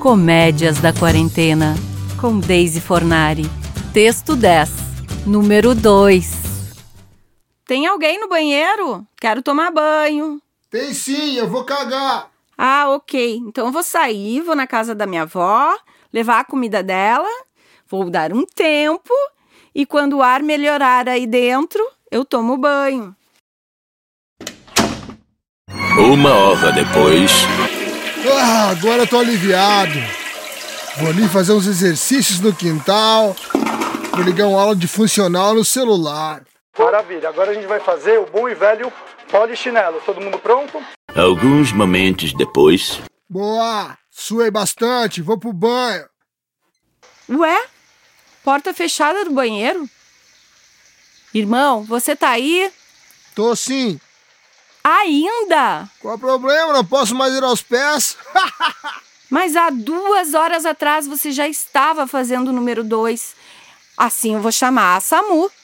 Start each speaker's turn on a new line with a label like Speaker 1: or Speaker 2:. Speaker 1: Comédias da Quarentena, com Daisy Fornari. Texto 10, número 2.
Speaker 2: Tem alguém no banheiro? Quero tomar banho.
Speaker 3: Tem sim, eu vou cagar.
Speaker 2: Ah, ok. Então eu vou sair, vou na casa da minha avó, levar a comida dela, vou dar um tempo e quando o ar melhorar aí dentro, eu tomo banho.
Speaker 4: Uma hora depois,
Speaker 3: Ah, agora eu tô aliviado. Vou ali fazer uns exercícios no quintal. Vou ligar um aula de funcional no celular.
Speaker 5: Maravilha, agora a gente vai fazer o bom e velho polichinelo. Todo mundo pronto?
Speaker 4: alguns momentos depois,
Speaker 3: Boa! Suei bastante, vou pro banho.
Speaker 2: Ué? Porta fechada do banheiro? Irmão, você tá aí?
Speaker 3: Tô sim.
Speaker 2: Ainda?
Speaker 3: Qual o problema? Não posso mais ir aos pés?
Speaker 2: Mas há duas horas atrás você já estava fazendo o número dois. Assim eu vou chamar a SAMU.